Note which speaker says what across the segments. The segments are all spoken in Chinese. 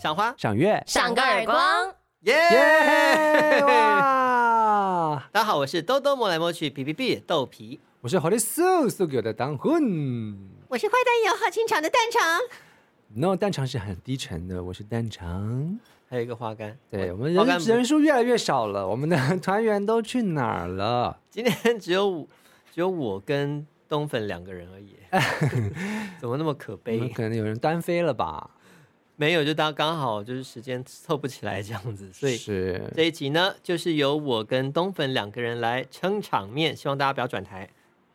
Speaker 1: 赏花，
Speaker 2: 赏月，
Speaker 3: 赏个耳光。
Speaker 1: 耶！
Speaker 2: 耶！哇！
Speaker 1: 大家好，我是兜兜摸来摸去，皮皮皮豆皮。
Speaker 2: 我是狐狸素素给我的当混。
Speaker 3: 我是坏蛋友好清场的蛋肠，
Speaker 2: No，蛋肠是很低沉的，我是蛋肠。
Speaker 1: 还有一个花干，
Speaker 2: 对我
Speaker 1: 我
Speaker 2: 们
Speaker 1: 花干
Speaker 2: 人
Speaker 1: 不
Speaker 2: 人数越来越少了，我们的 团员都去哪儿了？
Speaker 1: 今天只有我， 只有我跟东粉两个人而已， 怎么那么可
Speaker 2: 我们
Speaker 1: 悲？
Speaker 2: 可能有人单飞了吧？
Speaker 1: 没有，就当刚好就是时间凑不起来这样子，所以
Speaker 2: 是
Speaker 1: 这一集呢，就是由我跟东粉两个人来撑场面，希望大家不要转台。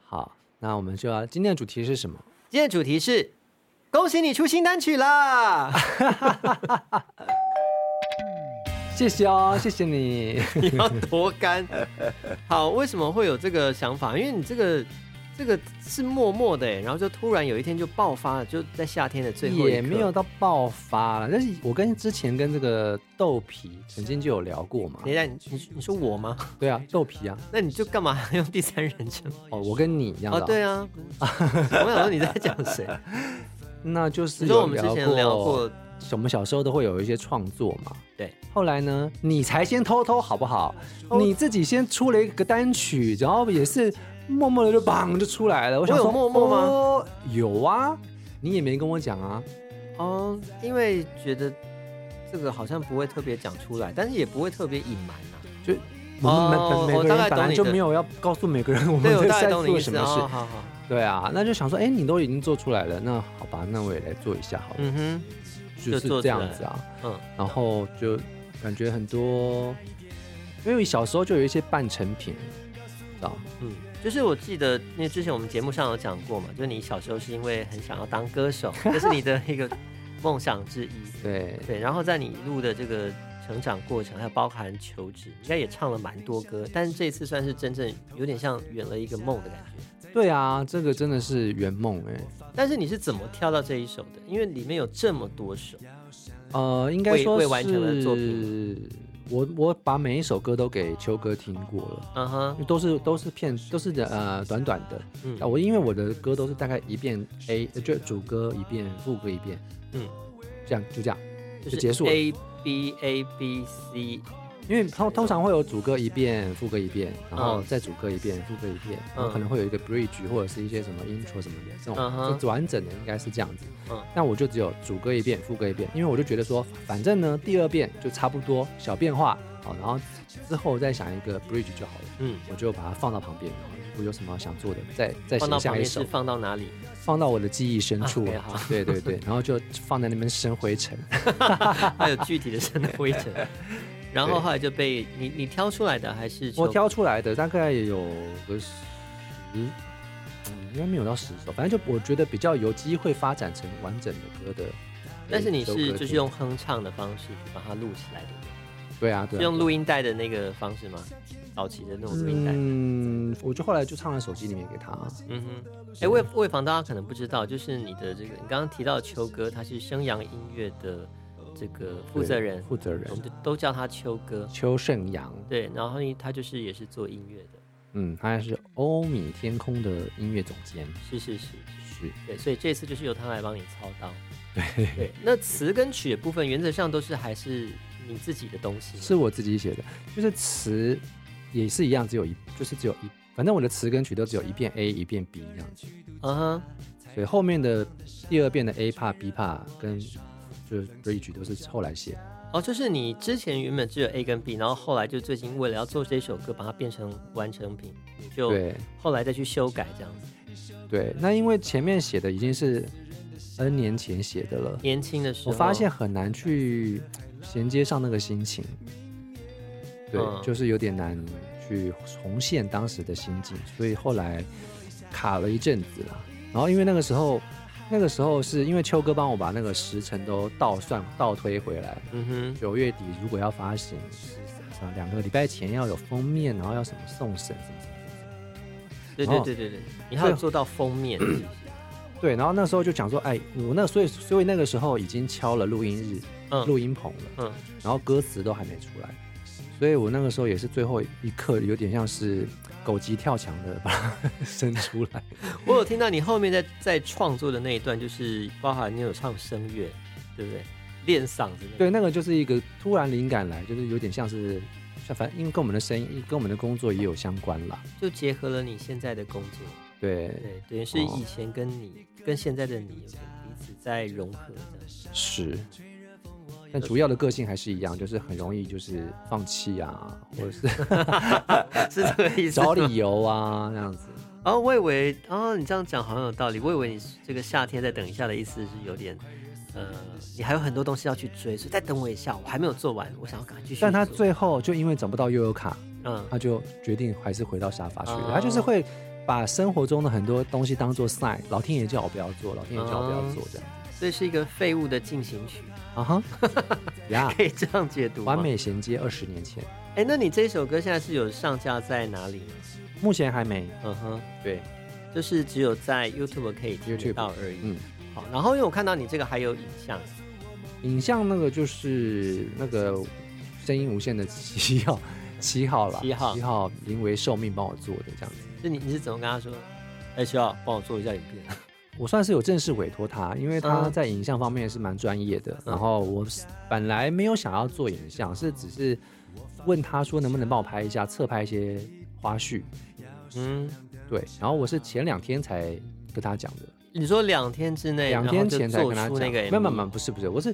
Speaker 2: 好，那我们就要今天的主题是什么？
Speaker 1: 今天的主题是恭喜你出新单曲啦！
Speaker 2: 谢 谢哦，谢谢你。
Speaker 1: 你要多干。好，为什么会有这个想法？因为你这个这个是默默的欸，然后就突然有一天就爆发了，就在夏天的最后一刻
Speaker 2: 也没有。到爆发了，但是我跟之前跟这个豆皮曾经就有聊过嘛
Speaker 1: 等，一下，你你你说我吗？
Speaker 2: 对啊，豆皮啊，
Speaker 1: 那你就干嘛用第三人 称？
Speaker 2: 哦，我跟你一样的、
Speaker 1: 哦，对，啊，我想说你在讲 谁？
Speaker 2: 那就是
Speaker 1: 你说
Speaker 2: 有
Speaker 1: 我们之前聊过，
Speaker 2: 我们小时候都会有一些创作嘛，
Speaker 1: 对，
Speaker 2: 后来呢，你才先偷偷好不好？你自己先出了一个单曲，然后也是默默的就砰就出来了。我想
Speaker 1: 有
Speaker 2: 说，
Speaker 1: 默默吗
Speaker 2: 哦有啊，你也没跟我讲啊。
Speaker 1: 哦，因为觉得这个好像不会特别讲出来，但是也不会特别隐瞒呐。
Speaker 2: 就我
Speaker 1: 哦
Speaker 2: 们本每
Speaker 1: 我
Speaker 2: 个
Speaker 1: 大
Speaker 2: 人
Speaker 1: 概
Speaker 2: 本
Speaker 1: 懂
Speaker 2: 来
Speaker 1: 你
Speaker 2: 就
Speaker 1: 的
Speaker 2: 没有要告诉每个 人我
Speaker 1: 对，我
Speaker 2: 们
Speaker 1: 大概
Speaker 2: 在
Speaker 1: 懂你
Speaker 2: 做
Speaker 1: 意
Speaker 2: 什
Speaker 1: 思
Speaker 2: 么
Speaker 1: 啊。哦
Speaker 2: 事。
Speaker 1: 好好，
Speaker 2: 对啊，那就想说，哎，你都已经做出来了，那好吧，那我也来做一下好了，
Speaker 1: 嗯哼，
Speaker 2: 就
Speaker 1: 就是做
Speaker 2: 这样
Speaker 1: 出来
Speaker 2: 子啊。
Speaker 1: 嗯，
Speaker 2: 然后就感觉很多，因为小时候就有一些半成品，知道吗
Speaker 1: 嗯，就是我记得，因为之前我们节目上有讲过嘛，就是你小时候是因为很想要当歌 手，这是你的一个梦想之一。
Speaker 2: 对，
Speaker 1: 对，然后在你一路的这个成长过程，还有包含求职，应该也唱了蛮多歌，但是这一次算是真正有点像圆了一个梦的感觉。
Speaker 2: 对啊，这个真的是圆梦哎、
Speaker 1: 但是你是怎么跳到这一首的？因为里面有这么多首，
Speaker 2: 呃，应该
Speaker 1: 未
Speaker 2: 说
Speaker 1: 未完成的作
Speaker 2: 是我我把每一首歌都给秋哥听过了，
Speaker 1: 嗯
Speaker 2: 因
Speaker 1: 哼，
Speaker 2: 为都是都是片都是呃短短的，
Speaker 1: 嗯
Speaker 2: 啊，我因为我的歌都是大概一遍 A 呃就主歌一遍，副歌一遍，
Speaker 1: 嗯，
Speaker 2: 这样就这样，
Speaker 1: 就是
Speaker 2: 结束了
Speaker 1: A B A B C，
Speaker 2: 因为通通常会有主歌一遍，副歌一遍，然后
Speaker 1: 嗯
Speaker 2: 再主歌一遍，副歌一遍，然后
Speaker 1: 嗯
Speaker 2: 可能会有一个 bridge 或者是一些什么 intro 什么的，这
Speaker 1: 嗯
Speaker 2: 种
Speaker 1: 哼
Speaker 2: 就完整的应该是这样子。
Speaker 1: 嗯
Speaker 2: 那我就只有主歌一遍，副歌一遍，因为我就觉得说，反正呢第二遍就差不多小变化，好，然后之后再想一个 bridge 就好了。
Speaker 1: 嗯，
Speaker 2: 我就把它放到旁边，然后我有什么想做的，再再
Speaker 1: 放
Speaker 2: 写
Speaker 1: 到旁
Speaker 2: 下一
Speaker 1: 边
Speaker 2: 首
Speaker 1: 是，放到哪里？
Speaker 2: 放到我的记忆深处啊
Speaker 1: OK，好。
Speaker 2: 对对对，然后就放在那边生灰尘。
Speaker 1: 还有具体的生的灰尘。然后后来就被你你挑出来的还是就
Speaker 2: 我挑出来的大概也有个十，嗯，应该没有到十首，反正就我觉得比较有机会发展成完整的歌的。
Speaker 1: 但是你
Speaker 2: 一首
Speaker 1: 是
Speaker 2: 歌
Speaker 1: 就是
Speaker 2: 听
Speaker 1: 用哼唱的方式把它录起来的，
Speaker 2: 对啊对
Speaker 1: 是
Speaker 2: 啊
Speaker 1: 用录音带的那个方式吗？早期的那种录音带。
Speaker 2: 嗯，我就后来就唱在手机里面给他。
Speaker 1: 嗯哼，哎，魏魏房大家可能不知道，就是你的这个你刚刚提到的秋哥，他是生阳音乐的这个负责人
Speaker 2: 对，负责人
Speaker 1: 我们就都叫他秋哥。
Speaker 2: 邱胜阳，
Speaker 1: 对，然后他就是也是做音乐的，
Speaker 2: 嗯，他也是欧米天空的音乐总监，
Speaker 1: 是是是，
Speaker 2: 是
Speaker 1: 对，所以这次就是由他来帮你操刀。对，那词跟曲的部分原则上都是还是你自己的东西吗。
Speaker 2: 是我自己写的，就是词也是一样，只有一就是只有一，反正我的词跟曲都只有一遍 A 一遍 B 这样子。
Speaker 1: 嗯哼，
Speaker 2: 对，后面的第二遍的 A 帕 B 帕跟就是 bridge 都是后来写。
Speaker 1: 哦，就是你之前原本只有 A 跟 B，然后后来就最近为了要做这首歌，把它变成完成品，你就
Speaker 2: 对
Speaker 1: 后来再去修改这样子。
Speaker 2: 对，那因为前面写的已经是 N 年前写的了，
Speaker 1: 年轻的时
Speaker 2: 我
Speaker 1: 候，
Speaker 2: 发现很难去衔接上那个心情。对，
Speaker 1: 嗯
Speaker 2: 就是有点难去重现当时的心境，所以后来卡了一阵子啦。然后因为那个时候，那个时候是因为秋哥帮我把那个时辰都倒算倒推回来，
Speaker 1: 嗯哼，
Speaker 2: 九月底如果要发行，啊，两个礼拜前要有封面，然后要什么送审什么什么，
Speaker 1: 对
Speaker 2: 哦
Speaker 1: 对对对对，你还有做到封面，是不是
Speaker 2: 对，然后那时候就讲说，哎，我那所以所以那个时候已经敲了录音日，
Speaker 1: 嗯
Speaker 2: 录音棚了，
Speaker 1: 嗯，
Speaker 2: 然后歌词都还没出来，所以我那个时候也是最后一刻，有点像是狗急跳墙的把它 伸出 来，
Speaker 1: 我有听到你后面在在创作的那一段，就是包含你有唱声乐，对不对？练嗓子那个。
Speaker 2: 对，那个就是一个突然灵感来，就是有点像是，像反正因为跟我们的声音、跟我们的工作也有相关啦。
Speaker 1: 就结合了你现在的工作，
Speaker 2: 对，
Speaker 1: 对，等于是
Speaker 2: 哦
Speaker 1: 以前跟你、跟现在的你有点彼此在融合这样。
Speaker 2: 是。但主要的个性还是一样，就是很容易就是放弃啊，或者 是
Speaker 1: 是这个意思吗。
Speaker 2: 找理由啊那样子。
Speaker 1: 哦，我以为哦，你这样讲好像有道理。我以为你这个夏天再等一下的意思是有点，呃，你还有很多东西要去追，所以再等我一下，我还没有做完，我想要赶快继续做。
Speaker 2: 但他最后就因为找不到悠悠卡，
Speaker 1: 嗯
Speaker 2: 他就决定还是回到沙发去了
Speaker 1: 哦。
Speaker 2: 他就是会把生活中的很多东西当做 sign，老天爷叫我不要做，老天爷叫我不要做这样。
Speaker 1: 所以是一个废物的进行曲，
Speaker 2: 啊 哈，呀，
Speaker 1: 可以这样解读吗
Speaker 2: 啊完。美衔接二十年前，
Speaker 1: 哎，那你这首歌现在是有上架在哪里？
Speaker 2: 目前还没。
Speaker 1: 嗯哼，
Speaker 2: 对，
Speaker 1: 就是只有在 YouTube 可以听得到而已。
Speaker 2: 嗯，
Speaker 1: 好，然后因为我看到你这个还有影像，
Speaker 2: 影像那个就是那个声音无限的七号， 七号了，
Speaker 1: 七号
Speaker 2: 七号临危受命帮我做的这样子。
Speaker 1: 就你你是怎么跟他说？哎，徐浩，帮我做一下影片。
Speaker 2: 我算是有正式委托他，因为他
Speaker 1: 嗯
Speaker 2: 在影像方面是蛮专业的。然后我是本来没有想要做影像，是只是问他说能不能帮我拍一下侧拍一些花絮。
Speaker 1: 嗯，
Speaker 2: 对，然后我是前两天才跟他讲的，
Speaker 1: 你说两天之内，
Speaker 2: 两天前才
Speaker 1: 然后
Speaker 2: 跟
Speaker 1: 就
Speaker 2: 他
Speaker 1: 做出
Speaker 2: 讲。
Speaker 1: 那个 MV，
Speaker 2: 没有没有没有，不是不是，我是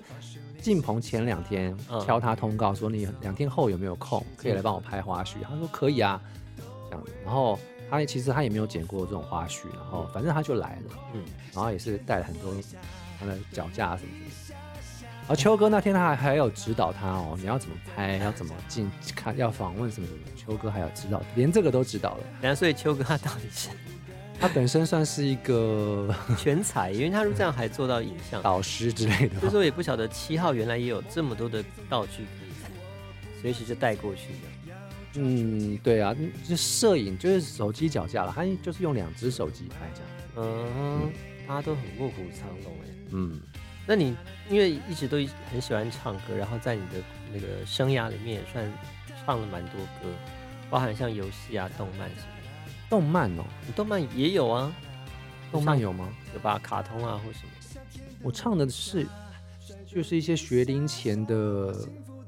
Speaker 2: 进棚前两天
Speaker 1: 嗯
Speaker 2: 敲他通告说你两天后有没有空，可以来帮我拍花絮。他说可以啊，这样子。然后他其实他也没有剪过这种花絮，然后反正他就来了。
Speaker 1: 嗯，
Speaker 2: 然后也是带了很多他的脚架什么的。而秋哥那天他还还有指导他哦，你要怎么拍，要怎么进看，要访问什么什么，秋哥还有指导，连这个都指导了。
Speaker 1: 然后所以秋哥他到底 是
Speaker 2: 他本身算是一个
Speaker 1: 全才，因为他如果这样还做到影像，
Speaker 2: 导师之类的
Speaker 1: 所以
Speaker 2: 吧，
Speaker 1: 说也不晓得七号原来也有这么多的道具可以随时就带过去的。
Speaker 2: 嗯，对啊，就摄影就是手机脚架了，他就是用两只手机拍这样，
Speaker 1: 嗯，大家都很卧虎藏龙哎。
Speaker 2: 嗯，
Speaker 1: 那你因为一直都很喜欢唱歌，然后在你的那个生涯里面也算唱了蛮多歌，包含像游戏啊、动漫什么的。
Speaker 2: 动漫哦，
Speaker 1: 你动漫也有啊，
Speaker 2: 动漫有吗？
Speaker 1: 有吧？卡通啊或什么
Speaker 2: 我唱的是就是一些学龄前的，
Speaker 1: 的？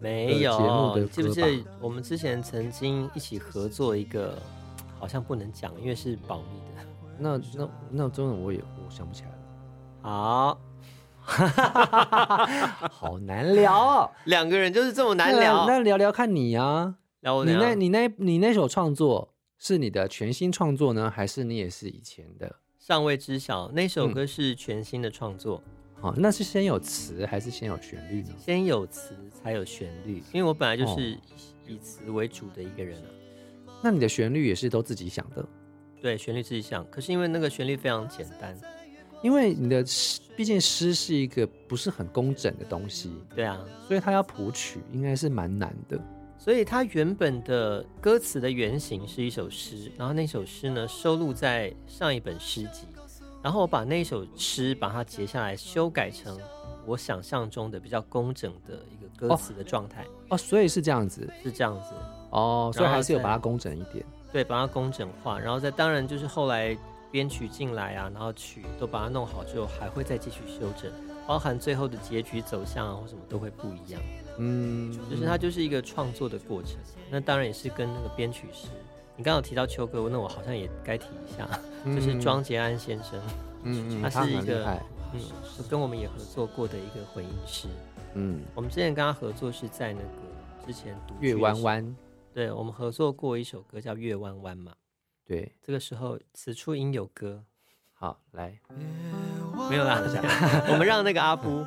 Speaker 1: 没
Speaker 2: 呃节目
Speaker 1: 有，
Speaker 2: 的
Speaker 1: 你记不
Speaker 2: 歌
Speaker 1: 记
Speaker 2: 吧
Speaker 1: 得我们之前曾经一起合作一个，好像不能讲，因为是保密的。
Speaker 2: 那那那真的我也我想不起来了。
Speaker 1: 好，
Speaker 2: 好难聊哦，
Speaker 1: 两个人就是这么 难聊。
Speaker 2: 那那聊聊看你啊，
Speaker 1: 聊我
Speaker 2: 你
Speaker 1: 怎
Speaker 2: 那、
Speaker 1: 样
Speaker 2: 你那、你那首创作是你的全新创作呢，还是你也是以前的？
Speaker 1: 尚未知晓那
Speaker 2: 嗯
Speaker 1: 首歌是全新的创作，
Speaker 2: 好、哦那是先有词还是先有旋律呢？
Speaker 1: 先有词才有旋律。因为我本来就是
Speaker 2: 哦
Speaker 1: 以以词为主的一个人啊，
Speaker 2: 那你的旋律也是都自己想的，
Speaker 1: 对，旋律自己想。可是因为那个旋律非常简单，
Speaker 2: 因为你的诗，毕竟诗是一个不是很工整的东西，
Speaker 1: 对啊，
Speaker 2: 所以它要谱曲应该是蛮难的。
Speaker 1: 所以它原本的歌词的原型是一首诗，然后那首诗呢收录在上一本诗集，然后我把那首诗把它截下来，修改成我想象中的比较工整的一个歌
Speaker 2: 哦
Speaker 1: 词的状态，
Speaker 2: 哦，所以是这样子
Speaker 1: 是这样子。
Speaker 2: 哦，所以
Speaker 1: 然后
Speaker 2: 还是有
Speaker 1: 再
Speaker 2: 把它工整一点。
Speaker 1: 对，把它工整化，然后再当然就是后来编曲进来啊，然后曲都把它弄好之后，还会再继续修整，包含最后的结局走向啊或什么都会不一样，
Speaker 2: 嗯，
Speaker 1: 就是它就是一个创作的过程。那当然也是跟那个编曲师，你刚刚有提到秋哥，那我好像也该提一下，
Speaker 2: 嗯
Speaker 1: 就是庄杰安先生，
Speaker 2: 嗯，嗯
Speaker 1: 它
Speaker 2: 嗯，他
Speaker 1: 是一
Speaker 2: 很厉
Speaker 1: 个
Speaker 2: 害。
Speaker 1: 嗯，就跟我们也合作过的一个混音师。
Speaker 2: 嗯，
Speaker 1: 我们之前跟他合作是在那个之前独
Speaker 2: 月
Speaker 1: 居的
Speaker 2: 弯
Speaker 1: 时，
Speaker 2: 弯，
Speaker 1: 对我们合作过一首歌叫《月弯弯》嘛。
Speaker 2: 对，
Speaker 1: 这个时候，此处应有歌。
Speaker 2: 好，来，
Speaker 1: 没有啦， 我们让那个阿布，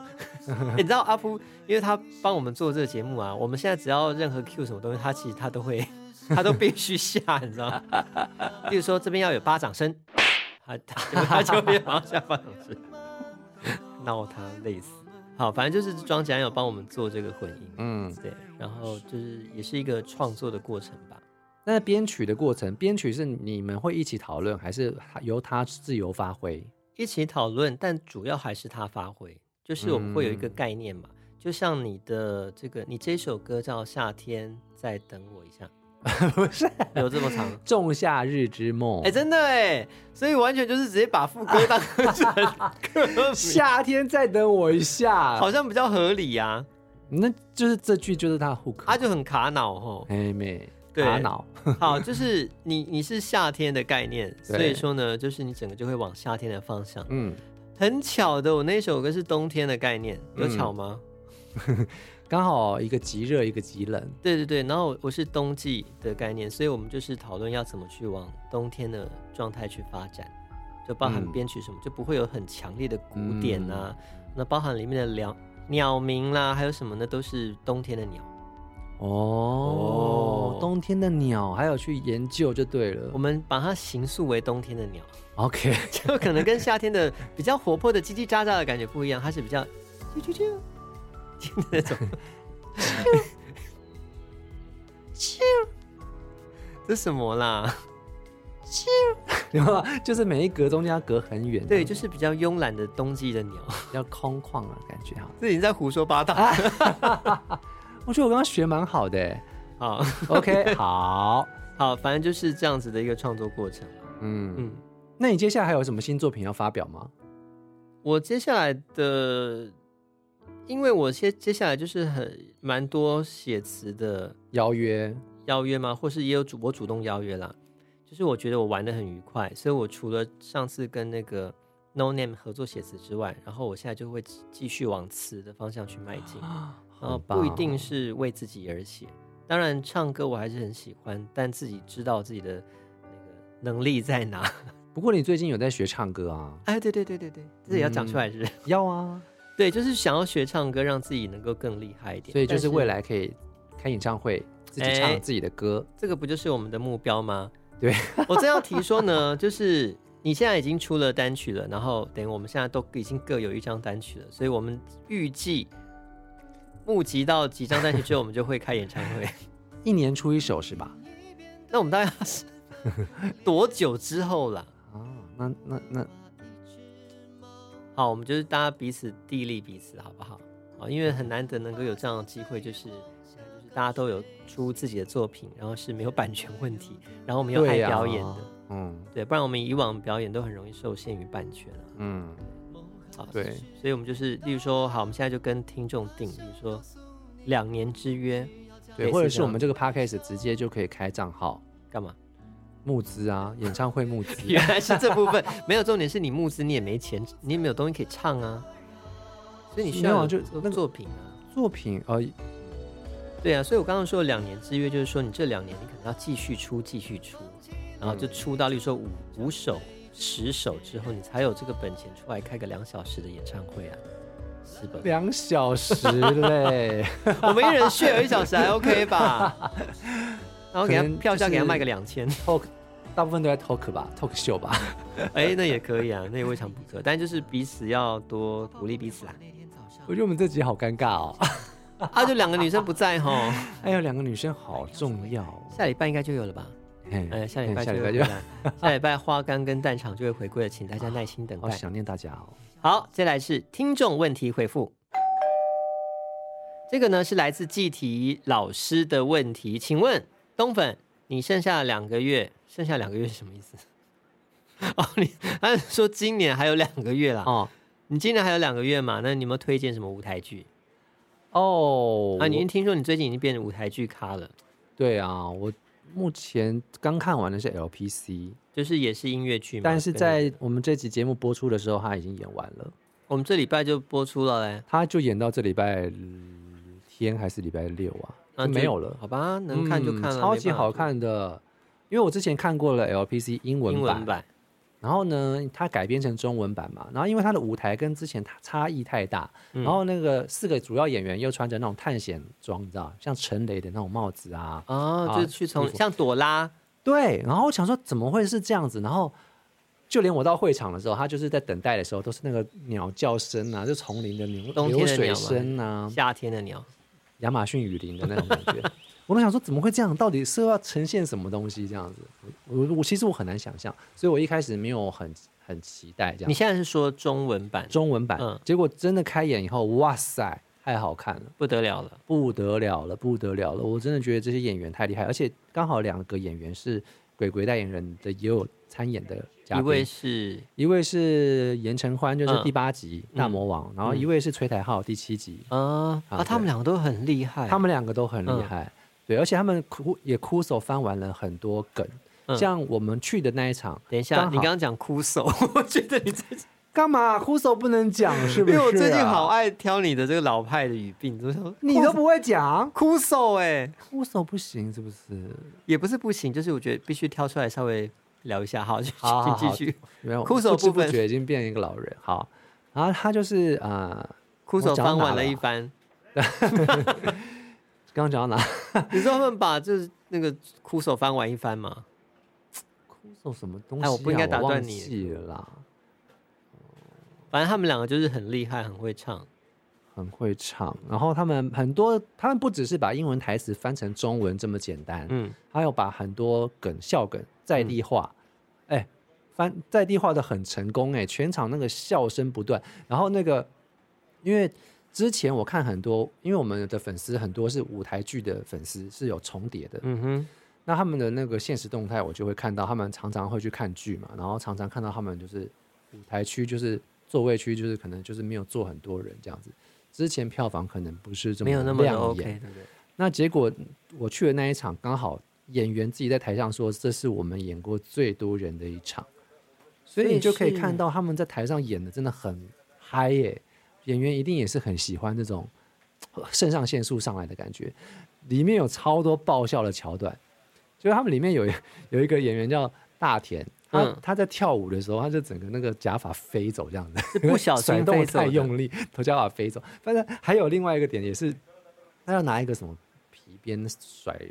Speaker 1: 哎你知道阿布，因为他帮我们做这个节目啊，我们现在只要任何 Q 什么东西，他其实他都会， 他都必须下，你知道吗？例如说这边要有巴掌声，他 他他就会往下巴掌声，闹他累死。好，反正就是庄家有帮我们做这个混音，
Speaker 2: 嗯，
Speaker 1: 对，然后就是也是一个创作的过程吧。
Speaker 2: 那编曲的过程，编曲是你们会一起讨论，还是由他自由发挥？
Speaker 1: 一起讨论，但主要还是他发挥，就是我们会有一个概念嘛，就像你的这个，你这首歌叫《夏天再等我一下》，有这么长？
Speaker 2: 仲夏日之梦
Speaker 1: 哎、》。真的哎，所以完全就是直接把副歌当成歌名，
Speaker 2: 夏天再等我一下，
Speaker 1: 好像比较合理呀、
Speaker 2: 那就是这句就是他的 hook。
Speaker 1: 啊，啊就很卡脑吼。
Speaker 2: 哎妹，
Speaker 1: 对
Speaker 2: 打脑，
Speaker 1: 好，就是你你是夏天的概念，
Speaker 2: 对
Speaker 1: 所以说呢，就是你整个就会往夏天的方向。
Speaker 2: 嗯，
Speaker 1: 很巧的，我那首歌是冬天的概念，有巧吗？
Speaker 2: 刚好一个极热，一个极冷，
Speaker 1: 对对对，然后我是冬季的概念，所以我们就是讨论要怎么去往冬天的状态去发展，就包含
Speaker 2: 嗯
Speaker 1: 编曲什么，就不会有很强烈的鼓点啊，那包含里面的鸟鸟鸣啦，还有什么呢，都是冬天的鸟。
Speaker 2: 哦
Speaker 1: 哦，
Speaker 2: 冬天的鸟，还有去研究就对
Speaker 1: 我
Speaker 2: 了。
Speaker 1: 们把它形塑为冬天的鸟，
Speaker 2: OK，
Speaker 1: 就可能跟夏天的比较活泼的叽叽喳喳的感觉不一样，它是比较啾啾啾那 种。 这什么啦？
Speaker 2: 然后就是每一格中间要隔很远，
Speaker 1: 对，就是比较慵懒的冬季的鸟，啊
Speaker 2: 比较空旷啊，感觉哈。
Speaker 1: 这已经在胡说八道。
Speaker 2: 我觉得我刚刚学蛮好的欸。
Speaker 1: 好
Speaker 2: OK，好，
Speaker 1: 好，反正就是这样子的一个创作过程。
Speaker 2: 嗯，
Speaker 1: 嗯，
Speaker 2: 那你接下来还有什么新作品要发表吗？
Speaker 1: 我接下来的，因为我接接下来就是很蛮多写词的
Speaker 2: 邀约，
Speaker 1: 邀约吗？或是也有主我主动邀约啦。就是我觉得我玩的很愉快，所以我除了上次跟那个 No Name 合作写词之外，然后我现在就会继续往词的方向去迈进，然后
Speaker 2: 好棒
Speaker 1: 不一定
Speaker 2: 哦
Speaker 1: 是为自己而写。当然，唱歌我还是很喜欢，但自己知道自己的那个能力在哪。
Speaker 2: 不过你最近有在学唱歌啊？
Speaker 1: 哎，对对对对对，这也要讲出来是不是？
Speaker 2: 要啊，
Speaker 1: 嗯对，就是想要学唱歌，让自己能够更厉害一点。
Speaker 2: 所以就
Speaker 1: 但
Speaker 2: 是未来可以开演唱会，自己
Speaker 1: 哎
Speaker 2: 唱自己的歌。
Speaker 1: 这个不就是我们的目标吗？
Speaker 2: 对，
Speaker 1: 我正要提说呢，就是你现在已经出了单曲了，然后等于我们现在都已经各有一张单曲了，所以我们预计募集到几张单曲之后，我们就会开演唱会。
Speaker 2: 一年出一首是吧？
Speaker 1: 那我们大概是多久之后啦？
Speaker 2: 啊，那那那
Speaker 1: 好，我们就是大家彼此砥砺彼此，好不好？好，因为很难得能够有这样的机会，就是就是大家都有出自己的作品，然后是没有版权问题， 然后我们又爱
Speaker 2: 对呀
Speaker 1: 表演的，
Speaker 2: 嗯
Speaker 1: 对，不然我们以往表演都很容易受限于版权啊。
Speaker 2: 嗯，
Speaker 1: 好，
Speaker 2: 对，
Speaker 1: 所以我们就是，例如说，好，我们现在就跟听众定，比如说两年之约，类
Speaker 2: 对，
Speaker 1: 似
Speaker 2: 或者
Speaker 1: 这
Speaker 2: 是
Speaker 1: 样
Speaker 2: 我们这个 podcast 直接就可以开账号
Speaker 1: 干嘛？。
Speaker 2: 募资啊，演唱会募资啊
Speaker 1: 原来是这部分没有重点，是你募资你也没钱，你也没有东西可以唱啊，所以 你需
Speaker 2: 没有
Speaker 1: 要
Speaker 2: 啊就
Speaker 1: 作
Speaker 2: 那个
Speaker 1: 作品啊，
Speaker 2: 作品呃，
Speaker 1: 对啊，所以我刚刚说的两年之约，就是说你这两年你可能要继续出，继续出，然后就出到，例如说五五首、十首之后，你才有这个本钱出来开个两小时的演唱会啊，是吧？
Speaker 2: 两小时嘞，
Speaker 1: 我们一人 share 一小时还 OK 吧？然后给
Speaker 2: 可能
Speaker 1: 他
Speaker 2: 就是
Speaker 1: 票价给他卖个两千，
Speaker 2: 大部分都在 talk 吧，talk show 吧。
Speaker 1: 哎，那也可以啊，那也未尝不可。但就是彼此要多鼓励彼此啦。
Speaker 2: 我觉得我们这集好尴尬哦，
Speaker 1: 啊，就两个女生不在吼，
Speaker 2: 还有两个女生好重要哦。
Speaker 1: 下礼拜应该就有了吧？
Speaker 2: 哎
Speaker 1: 哎，下礼拜
Speaker 2: 下
Speaker 1: 就会
Speaker 2: 礼拜
Speaker 1: 回
Speaker 2: 就
Speaker 1: 来，下礼拜花干跟蛋场就会回归了，请大家耐心等
Speaker 2: 好
Speaker 1: 待。
Speaker 2: 想念大家哦。
Speaker 1: 好，接下来是听众问题回复。这个呢是来自计题老师的问题，请问东粉，你剩下两个月，剩下两个月是什么意思？ 哦，你他是说今年还有两个月啦。
Speaker 2: 哦
Speaker 1: 你今年还有两个月嘛？那你有没有推荐什么舞台剧
Speaker 2: 哦
Speaker 1: 啊？你听说你最近已经变成舞台剧咖了，
Speaker 2: 对啊，我目前刚看完的是 LPC，
Speaker 1: 就是也是音乐剧嘛？
Speaker 2: 但是
Speaker 1: 对
Speaker 2: 在我们这集节目播出的时候，他已经演完了，
Speaker 1: 我们这礼拜就播出了嘞，
Speaker 2: 他就演到这礼拜嗯天还是礼拜六啊，
Speaker 1: 啊
Speaker 2: 就没
Speaker 1: 就
Speaker 2: 有了，
Speaker 1: 好吧？能看就
Speaker 2: 嗯
Speaker 1: 看了，
Speaker 2: 超
Speaker 1: 没
Speaker 2: 级
Speaker 1: 办法
Speaker 2: 好
Speaker 1: 说
Speaker 2: 看的。因为我之前看过了 LPC 英文
Speaker 1: 英
Speaker 2: 版，
Speaker 1: 文版，
Speaker 2: 然后呢，它改编成中文版嘛，然后因为它的舞台跟之前它差异太大，
Speaker 1: 嗯
Speaker 2: 然后那个四个主要演员又穿着那种探险装，你知道，像陈雷的那种帽子啊，
Speaker 1: 哦，
Speaker 2: 啊
Speaker 1: 就是去从
Speaker 2: 衣服
Speaker 1: 像朵拉，
Speaker 2: 对，然后我想说怎么会是这样子？然后就连我到会场的时候，他就是在等待的时候，都是那个鸟叫声啊，就丛林的流
Speaker 1: 冬天
Speaker 2: 流
Speaker 1: 的
Speaker 2: 水
Speaker 1: 鸟嘛
Speaker 2: 声啊，
Speaker 1: 夏天的鸟，
Speaker 2: 亚马逊雨林的那种感 觉。我都想说怎么会这样？到底是要呈现什么东西这样子？我我我其实我很难想象，所以我一开始没有很很期待这
Speaker 1: 你
Speaker 2: 样。
Speaker 1: 现在是说中文版？
Speaker 2: 中文版，
Speaker 1: 嗯
Speaker 2: 结果真的开演以后，哇塞，太好看了，
Speaker 1: 不得了了。
Speaker 2: 不得了了，不得了了！我真的觉得这些演员太厉害，而且刚好两个演员是鬼鬼代言人的，也有参演的嘉
Speaker 1: 一
Speaker 2: 宾，
Speaker 1: 位是
Speaker 2: 一位是严承欢，就是
Speaker 1: 嗯
Speaker 2: 第八集《大魔王》，然后一位是崔台浩，第七集。
Speaker 1: 啊
Speaker 2: 啊
Speaker 1: 啊，他们
Speaker 2: 对
Speaker 1: 两个都很厉害。
Speaker 2: 他们两个都很厉
Speaker 1: 哎嗯
Speaker 2: 害，对，而且他们哭也哭手翻完了很多梗，
Speaker 1: 嗯
Speaker 2: 像我们去的那一场，
Speaker 1: 等一
Speaker 2: 刚
Speaker 1: 下，
Speaker 2: 好
Speaker 1: 你刚刚讲哭手， 我觉得你最近，
Speaker 2: 干嘛哭手不能讲，是
Speaker 1: 因
Speaker 2: 不 是、啊
Speaker 1: 为我最近好，爱挑你的这个老派的语病，就是说
Speaker 2: 你都不会讲，
Speaker 1: 哭手哎，
Speaker 2: 哭手不行是不是？
Speaker 1: 也不是不行，就是我觉得必须挑出来稍微聊一下。好，就
Speaker 2: 好好
Speaker 1: 请
Speaker 2: 好
Speaker 1: 继续。
Speaker 2: 没有，
Speaker 1: 哭手
Speaker 2: 不知
Speaker 1: 部
Speaker 2: 不
Speaker 1: 分
Speaker 2: 觉已经变一个老人，好，然后他就是啊，
Speaker 1: 哭
Speaker 2: 我
Speaker 1: 手
Speaker 2: 讲到
Speaker 1: 翻
Speaker 2: 哪
Speaker 1: 完了
Speaker 2: 了
Speaker 1: 一
Speaker 2: 啊
Speaker 1: 番，
Speaker 2: 刚刚讲到哪？
Speaker 1: 你说他们把就是那个哭手翻完一番吗？
Speaker 2: 哭手什么东西、啊？
Speaker 1: 哎我不应该打断
Speaker 2: 忘
Speaker 1: 你
Speaker 2: 记了啦，
Speaker 1: 反正他们两个就是很厉害，很会唱。
Speaker 2: 很会唱，然后他们很多，他们不只是把英文台词翻成中文这么简单，
Speaker 1: 嗯，
Speaker 2: 还有把很多梗笑梗在地化，哎、翻在地化的很成功哎、全场那个笑声不断。然后那个，因为之前我看很多，因为我们的粉丝很多是舞台剧的粉丝是有重叠的，
Speaker 1: 嗯哼，
Speaker 2: 那他们的那个现实动态我就会看到，他们常常会去看剧嘛，然后常常看到他们就是舞台区就是座位区就是可能就是没有坐很多人这样子。之前票房可能不是这
Speaker 1: 没
Speaker 2: 么
Speaker 1: 有那么的
Speaker 2: 亮眼
Speaker 1: OK，对 不对？
Speaker 2: 那结果我去的那一场，刚好演员自己在台上说，这是我们演过最多人的一场，所以
Speaker 1: 所以
Speaker 2: 你就可以
Speaker 1: 是
Speaker 2: 看到他们在台上演的真的很嗨耶、演员一定也是很喜欢这种呃肾上腺素上来的感觉。里面有超多爆笑的桥段，就是他们里面有一有一个演员叫大田，他、
Speaker 1: 嗯
Speaker 2: 他在跳舞的时候，他就整个那个假发飞走这样子，
Speaker 1: 是不小
Speaker 2: 甩
Speaker 1: 心
Speaker 2: 动
Speaker 1: 飞走
Speaker 2: 太
Speaker 1: 的。
Speaker 2: 用力， 头脚把飞走。但是还有另外一个点也是，他要拿一个什么皮鞭甩人，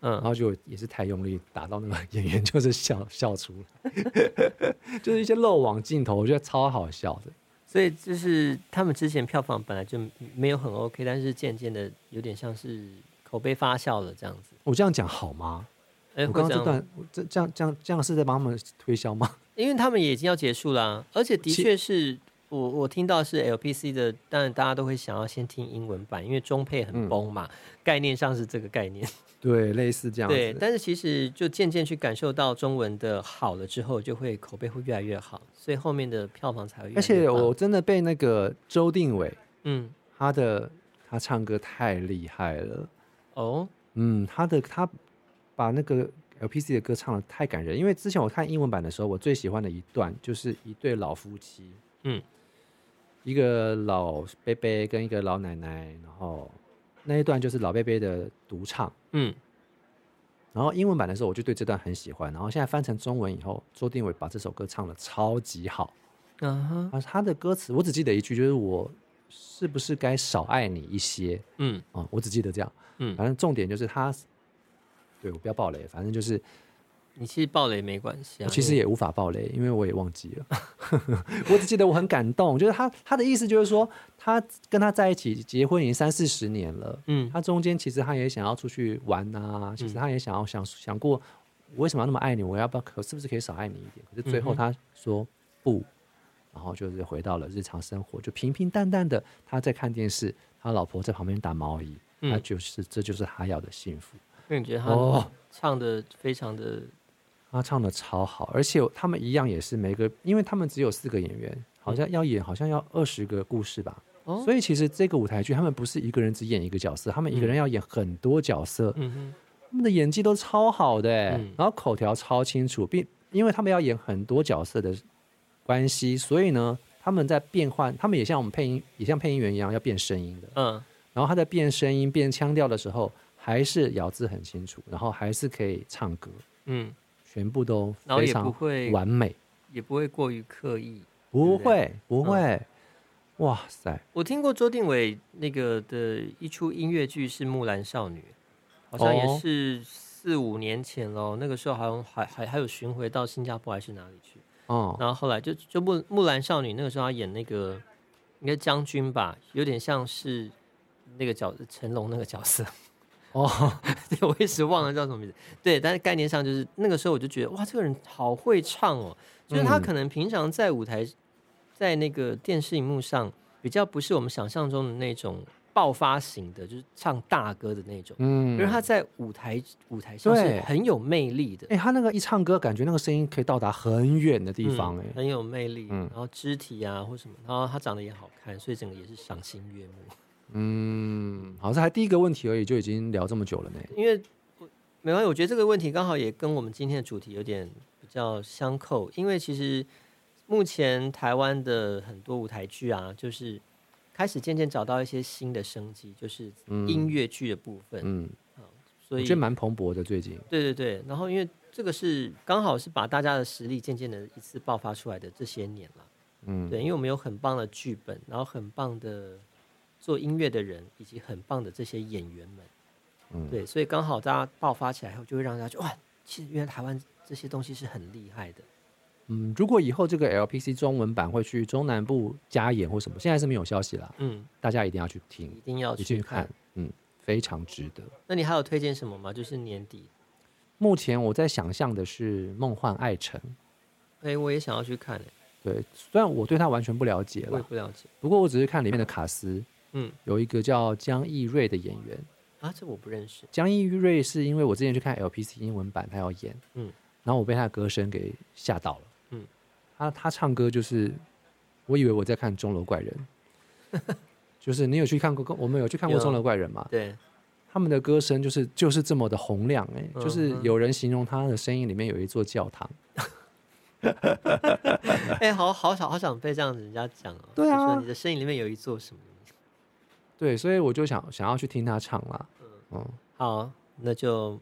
Speaker 2: 然
Speaker 1: 嗯，
Speaker 2: 后就也是太用力打到那个演员，就是笑笑出来， 就是一些漏网镜头，我觉得超好笑的。
Speaker 1: 所以就是他们之前票房本来就没有很 OK，但是渐渐的有点像是口碑发酵了这样子。
Speaker 2: 我这样讲好吗？
Speaker 1: 哎，
Speaker 2: 我
Speaker 1: 会这样
Speaker 2: 刚刚这段我这这样这样这样是在帮他们推销吗？
Speaker 1: 因为他们也已经要结束啦、而且的
Speaker 2: 其
Speaker 1: 确是我我听到是 LPC 的，当然大家都会想要先听英文版，因为中配很
Speaker 2: 嗯
Speaker 1: 崩嘛，概念上是这个概念。
Speaker 2: 对，类似这样子。
Speaker 1: 对，但是其实就渐渐去感受到中文的好了之后，就会口碑会越来越好，所以后面的票房才会越来
Speaker 2: 而
Speaker 1: 越
Speaker 2: 且
Speaker 1: 棒。
Speaker 2: 我真的被那个周定伟
Speaker 1: 嗯
Speaker 2: 他的他唱歌太厉害了。
Speaker 1: 哦
Speaker 2: 嗯，他的他把那个 LPC 的歌唱的太感人，因为之前我看英文版的时候，我最喜欢的一段就是一对老夫妻，
Speaker 1: 嗯，
Speaker 2: 一个老贝贝跟一个老奶奶，然后那一段就是老贝贝的独唱，
Speaker 1: 嗯
Speaker 2: 然后英文版的时候我就对这段很喜欢，然后现在翻成中文以后，周定伟把这首歌唱的超级好，
Speaker 1: 啊哈
Speaker 2: 啊，他的歌词我只记得一句，就是我是不是该少爱你一些，
Speaker 1: 嗯
Speaker 2: 哦，我只记得这样。
Speaker 1: 嗯
Speaker 2: 反正重点就是他，对我不要爆雷，反正就是
Speaker 1: 你其实爆雷没关系啊，
Speaker 2: 我哦其实也无法爆雷，因为我也忘记了。 我只记得我很感动，就是他他的意思就是说，他跟他在一起结婚已经三四十年了，
Speaker 1: 嗯
Speaker 2: 他中间其实他也想要出去玩啊，其实他也想要想想过，我为什么要那么爱你？我要不要可是不是可以少爱你一点？可是最后
Speaker 1: 嗯哼
Speaker 2: 他说不，然后就是回到了日常生活，就平平淡淡的他在看电视，他老婆在旁边打毛衣，
Speaker 1: 嗯
Speaker 2: 他就是这就是他要的幸福。
Speaker 1: 因为你觉得
Speaker 2: 哦
Speaker 1: 他唱的非常的
Speaker 2: 他唱的超好，而且他们一样也是每个，因为他们只有四个演员，好像要演好像要二十个故事吧，
Speaker 1: 嗯哦
Speaker 2: 所以其实这个舞台剧他们不是一个人只演一个角色，他们一个人要演很多角色，
Speaker 1: 嗯哼
Speaker 2: 他们的演技都超好的、欸，
Speaker 1: 嗯
Speaker 2: 然后口条超清楚，并因为他们要演很多角色的关系，所以呢，他们在变换，他们也像我们配音，也像配音员一样要变声音的，
Speaker 1: 嗯
Speaker 2: 然后他在变声音、变腔调的时候，还是咬字很清楚，然后还是可以唱歌，
Speaker 1: 嗯，
Speaker 2: 全部都
Speaker 1: 然后
Speaker 2: 非
Speaker 1: 也
Speaker 2: 常
Speaker 1: 不会
Speaker 2: 完美。
Speaker 1: 也不会过于刻意。
Speaker 2: 不
Speaker 1: 对不
Speaker 2: 会
Speaker 1: 对，
Speaker 2: 不
Speaker 1: 嗯
Speaker 2: 会，哇塞，
Speaker 1: 我听过周定伟那个的一出音乐剧是《木兰少女》，好像也
Speaker 2: 哦
Speaker 1: 是四五年前喽。那个时候好像还还还有巡回到新加坡还是哪里去，
Speaker 2: 哦，
Speaker 1: 然后后来就就木木兰少女那个时候她演那个应该将军吧，有点像是那个角成龙那个角色。
Speaker 2: 哦，
Speaker 1: 对，我一时忘了叫什么名字。对，但是概念上就是那个时候我就觉得哇，这个人好会唱哦，就是他
Speaker 2: 嗯
Speaker 1: 可能平常在舞台，在那个电视荧幕上比较不是我们想象中的那种爆发型的，就是唱大歌的那种。
Speaker 2: 嗯
Speaker 1: 因为他在舞台舞台上是
Speaker 2: 对
Speaker 1: 很有魅力的
Speaker 2: 哎、他那个一唱歌，感觉那个声音可以到达很远的地方、
Speaker 1: 嗯
Speaker 2: 哎、
Speaker 1: 很有魅力。
Speaker 2: 嗯
Speaker 1: 然后肢体啊或什么，然后他长得也好看，所以整个也是赏心悦目。
Speaker 2: 嗯，好，这还第一个问题而已，就已经聊这么久了呢。
Speaker 1: 因为我没关系，我觉得这个问题刚好也跟我们今天的主题有点比较相扣，因为其实目前台湾的很多舞台剧啊，就是开始渐渐找到一些新的生机，就是
Speaker 2: 嗯
Speaker 1: 音乐剧的部分，
Speaker 2: 嗯，
Speaker 1: 所
Speaker 2: 我
Speaker 1: 以
Speaker 2: 觉得蛮蓬勃的，最近。
Speaker 1: 对对对，然后因为这个是刚好是把大家的实力渐渐的一次爆发出来的这些年了，
Speaker 2: 嗯，
Speaker 1: 对，因为我们有很棒的剧本，然后很棒的做音乐的人，以及很棒的这些演员们，
Speaker 2: 嗯
Speaker 1: 对，所以刚好大家爆发起来后，就会让大家觉得哇，其实原来台湾这些东西是很厉害的，
Speaker 2: 嗯，如果以后这个 LPC 中文版会去中南部加演或什么，现在是没有消息啦，
Speaker 1: 嗯，
Speaker 2: 大家一定要去听
Speaker 1: 一，定要
Speaker 2: 一定
Speaker 1: 去
Speaker 2: 去
Speaker 1: 看。
Speaker 2: 看，嗯，非常值得。
Speaker 1: 那你还有推荐什么吗？就是年底，
Speaker 2: 目前我在想象的是《梦幻爱城》，
Speaker 1: 哎，我也想要去看、欸，
Speaker 2: 对，虽然我对它完全不了解
Speaker 1: 我也
Speaker 2: 了，
Speaker 1: 不了解
Speaker 2: 不过我只是看里面的卡斯，
Speaker 1: 嗯，
Speaker 2: 有一个叫江逸瑞的演员，
Speaker 1: 啊，这我不认识，
Speaker 2: 江逸瑞是因为我之前去看 LPC 英文版，他要演，
Speaker 1: 嗯
Speaker 2: 然后我被他的歌声给吓到了，
Speaker 1: 嗯
Speaker 2: 他他唱歌就是，我以为我在看《钟楼怪人》， 就是你有去看过，我们有去看过《
Speaker 1: 有
Speaker 2: 钟楼怪人》吗？
Speaker 1: 对，
Speaker 2: 他们的歌声就是就是这么的洪亮、哎、
Speaker 1: 嗯
Speaker 2: 就是有人形容他的声音里面有一座教堂，
Speaker 1: 哎，好好想好想被这样子人家讲哦，
Speaker 2: 对
Speaker 1: 就
Speaker 2: 啊
Speaker 1: 说你的声音里面有一座什么。
Speaker 2: 对，所以我就想想要去听他唱啦，嗯，
Speaker 1: 好，那就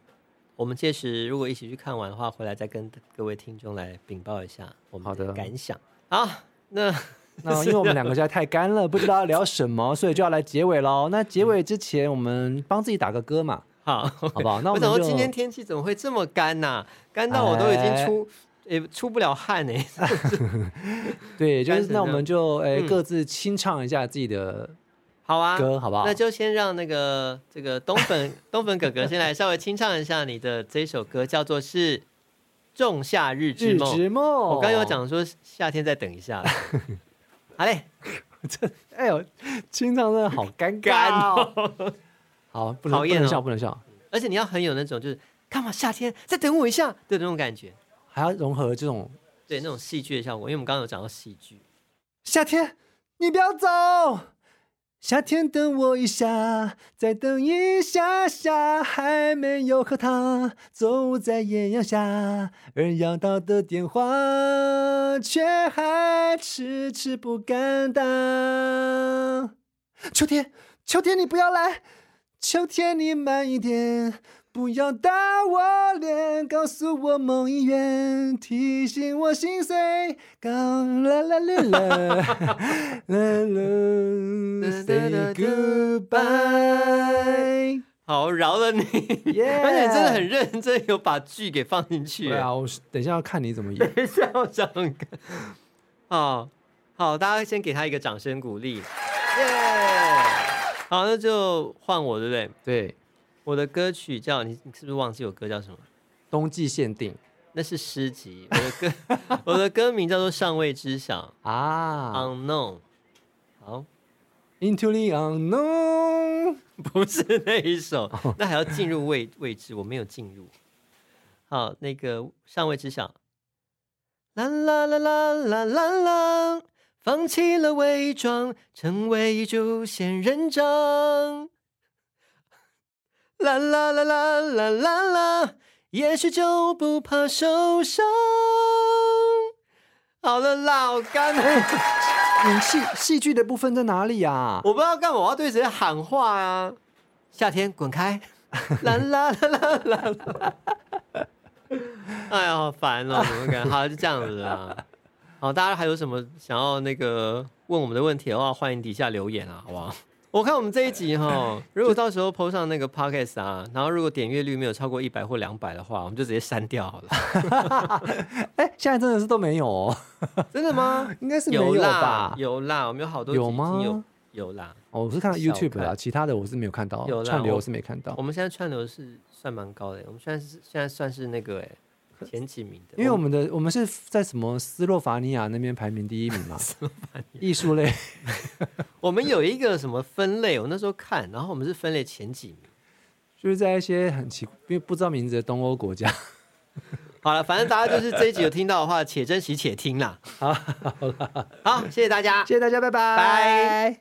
Speaker 1: 我们届时如果一起去看完的话，回来再跟各位听众来禀报一下我们
Speaker 2: 好的
Speaker 1: 感想。好，那
Speaker 2: 那因为我们两个现在太干了，不知道要聊什么，所以就要来结尾喽。那结尾之前，我们帮自己打个歌嘛，
Speaker 1: 好，
Speaker 2: 好不好？那
Speaker 1: 我
Speaker 2: 我
Speaker 1: 想
Speaker 2: 们就哎
Speaker 1: 说今天天气怎么会这么干呐、干到我都已经出也、出不了汗哎、
Speaker 2: 对，就
Speaker 1: 干
Speaker 2: 是
Speaker 1: 成
Speaker 2: 那我
Speaker 1: 这样
Speaker 2: 们就诶、
Speaker 1: 嗯
Speaker 2: 各自清唱一下自己的
Speaker 1: 好啊，
Speaker 2: 歌，好不好？
Speaker 1: 那就先让那个这个东粉东粉哥哥先来稍微清唱一下你的这首歌，叫做是《仲夏日之
Speaker 2: 日
Speaker 1: 梦》。
Speaker 2: 之梦。
Speaker 1: 我
Speaker 2: 我
Speaker 1: 刚刚有，讲说夏天再等一 下了，好嘞，
Speaker 2: 哎呦，清唱真的好尴尬、哦。 好，不能
Speaker 1: 讨
Speaker 2: 不
Speaker 1: 厌
Speaker 2: 能
Speaker 1: 哦
Speaker 2: 笑，不能笑，
Speaker 1: 而且你要很有那种就是干嘛夏天再等我一下的那种感觉，
Speaker 2: 还要融合这种
Speaker 1: 对那种戏剧的效果。因为我们刚刚有讲到戏剧，
Speaker 2: 夏天，你不要走。夏天等我一下，再等一下下，还没有喝汤，走在艳阳下，而要到的电话却还迟迟不敢打。秋天，秋天你不要来，秋天你慢一点，不要打我脸，告诉我梦已远，提醒我心碎。高啦啦啦 啦啦啦，say goodbye。
Speaker 1: 好饶了你，
Speaker 2: Yeah
Speaker 1: 而且你真的很认真，有把剧给放进去。
Speaker 2: 对啊，我是等一下要看你怎 么演。
Speaker 1: 等一下我想看，好好，大家先给他一个掌声鼓励，耶！好，那就换我对不对？
Speaker 2: 对，
Speaker 1: 我的歌曲叫你，你是不是忘记我歌叫什么？
Speaker 2: 冬季限定
Speaker 1: 那是诗集，我的歌， 我的歌名叫做《尚未知晓
Speaker 2: 啊
Speaker 1: Unknown》。好，
Speaker 2: ，Into the unknown。
Speaker 1: 不是那一首，那还要进入位位置，我没有进入。好，那个上位之想，啦啦啦啦啦啦啦，放弃了伪装，成为一株仙人掌。啦啦啦啦啦啦啦，也许就不怕受伤。好了啦，我干了，
Speaker 2: 你嗯戏戏剧的部分在哪里啊？
Speaker 1: 我不知道干嘛，我要对谁喊话啊！夏天滚开！啦啦啦啦啦啦！ 哎呀，好烦哦，怎么感觉？好，就这样子啦。好，大家还有什么想要那个问我们的问题的话，欢迎底下留言啊，好不好？我看我们这一集哈， 如果到时候 PO 上那个 podcast 啊，然后如果点阅率没有超过一百或两百的话，我们就直接删掉 好了。
Speaker 2: 哎，现在真的是都没有哦，
Speaker 1: 真的吗？
Speaker 2: 应该是没有
Speaker 1: 啦
Speaker 2: 吧，？
Speaker 1: 有啦，我们有好多
Speaker 2: 有
Speaker 1: 集已经
Speaker 2: 吗
Speaker 1: 有有啦，
Speaker 2: 哦，我是看到
Speaker 1: 小
Speaker 2: YouTube
Speaker 1: 看
Speaker 2: 啦，其他的我是没有看到
Speaker 1: 有，啦
Speaker 2: 串流
Speaker 1: 我
Speaker 2: 我是没看到
Speaker 1: 我。们现在串流是算蛮高的，我们现在是现在算是那个哎、前几名的，
Speaker 2: 因为我们的我们是在什么斯洛伐尼亚那边排名第一名嘛，艺术类，
Speaker 1: 我们有一个什么分类，我那时候看，然后我们是分类前几名。
Speaker 2: 就是在一些很奇，因为不知道名字的东欧国家。
Speaker 1: 好了，反正大家就是这一集有听到的话，且珍惜且听 啦。好，好， 谢谢大家，
Speaker 2: 谢谢大家，拜拜，
Speaker 1: 拜。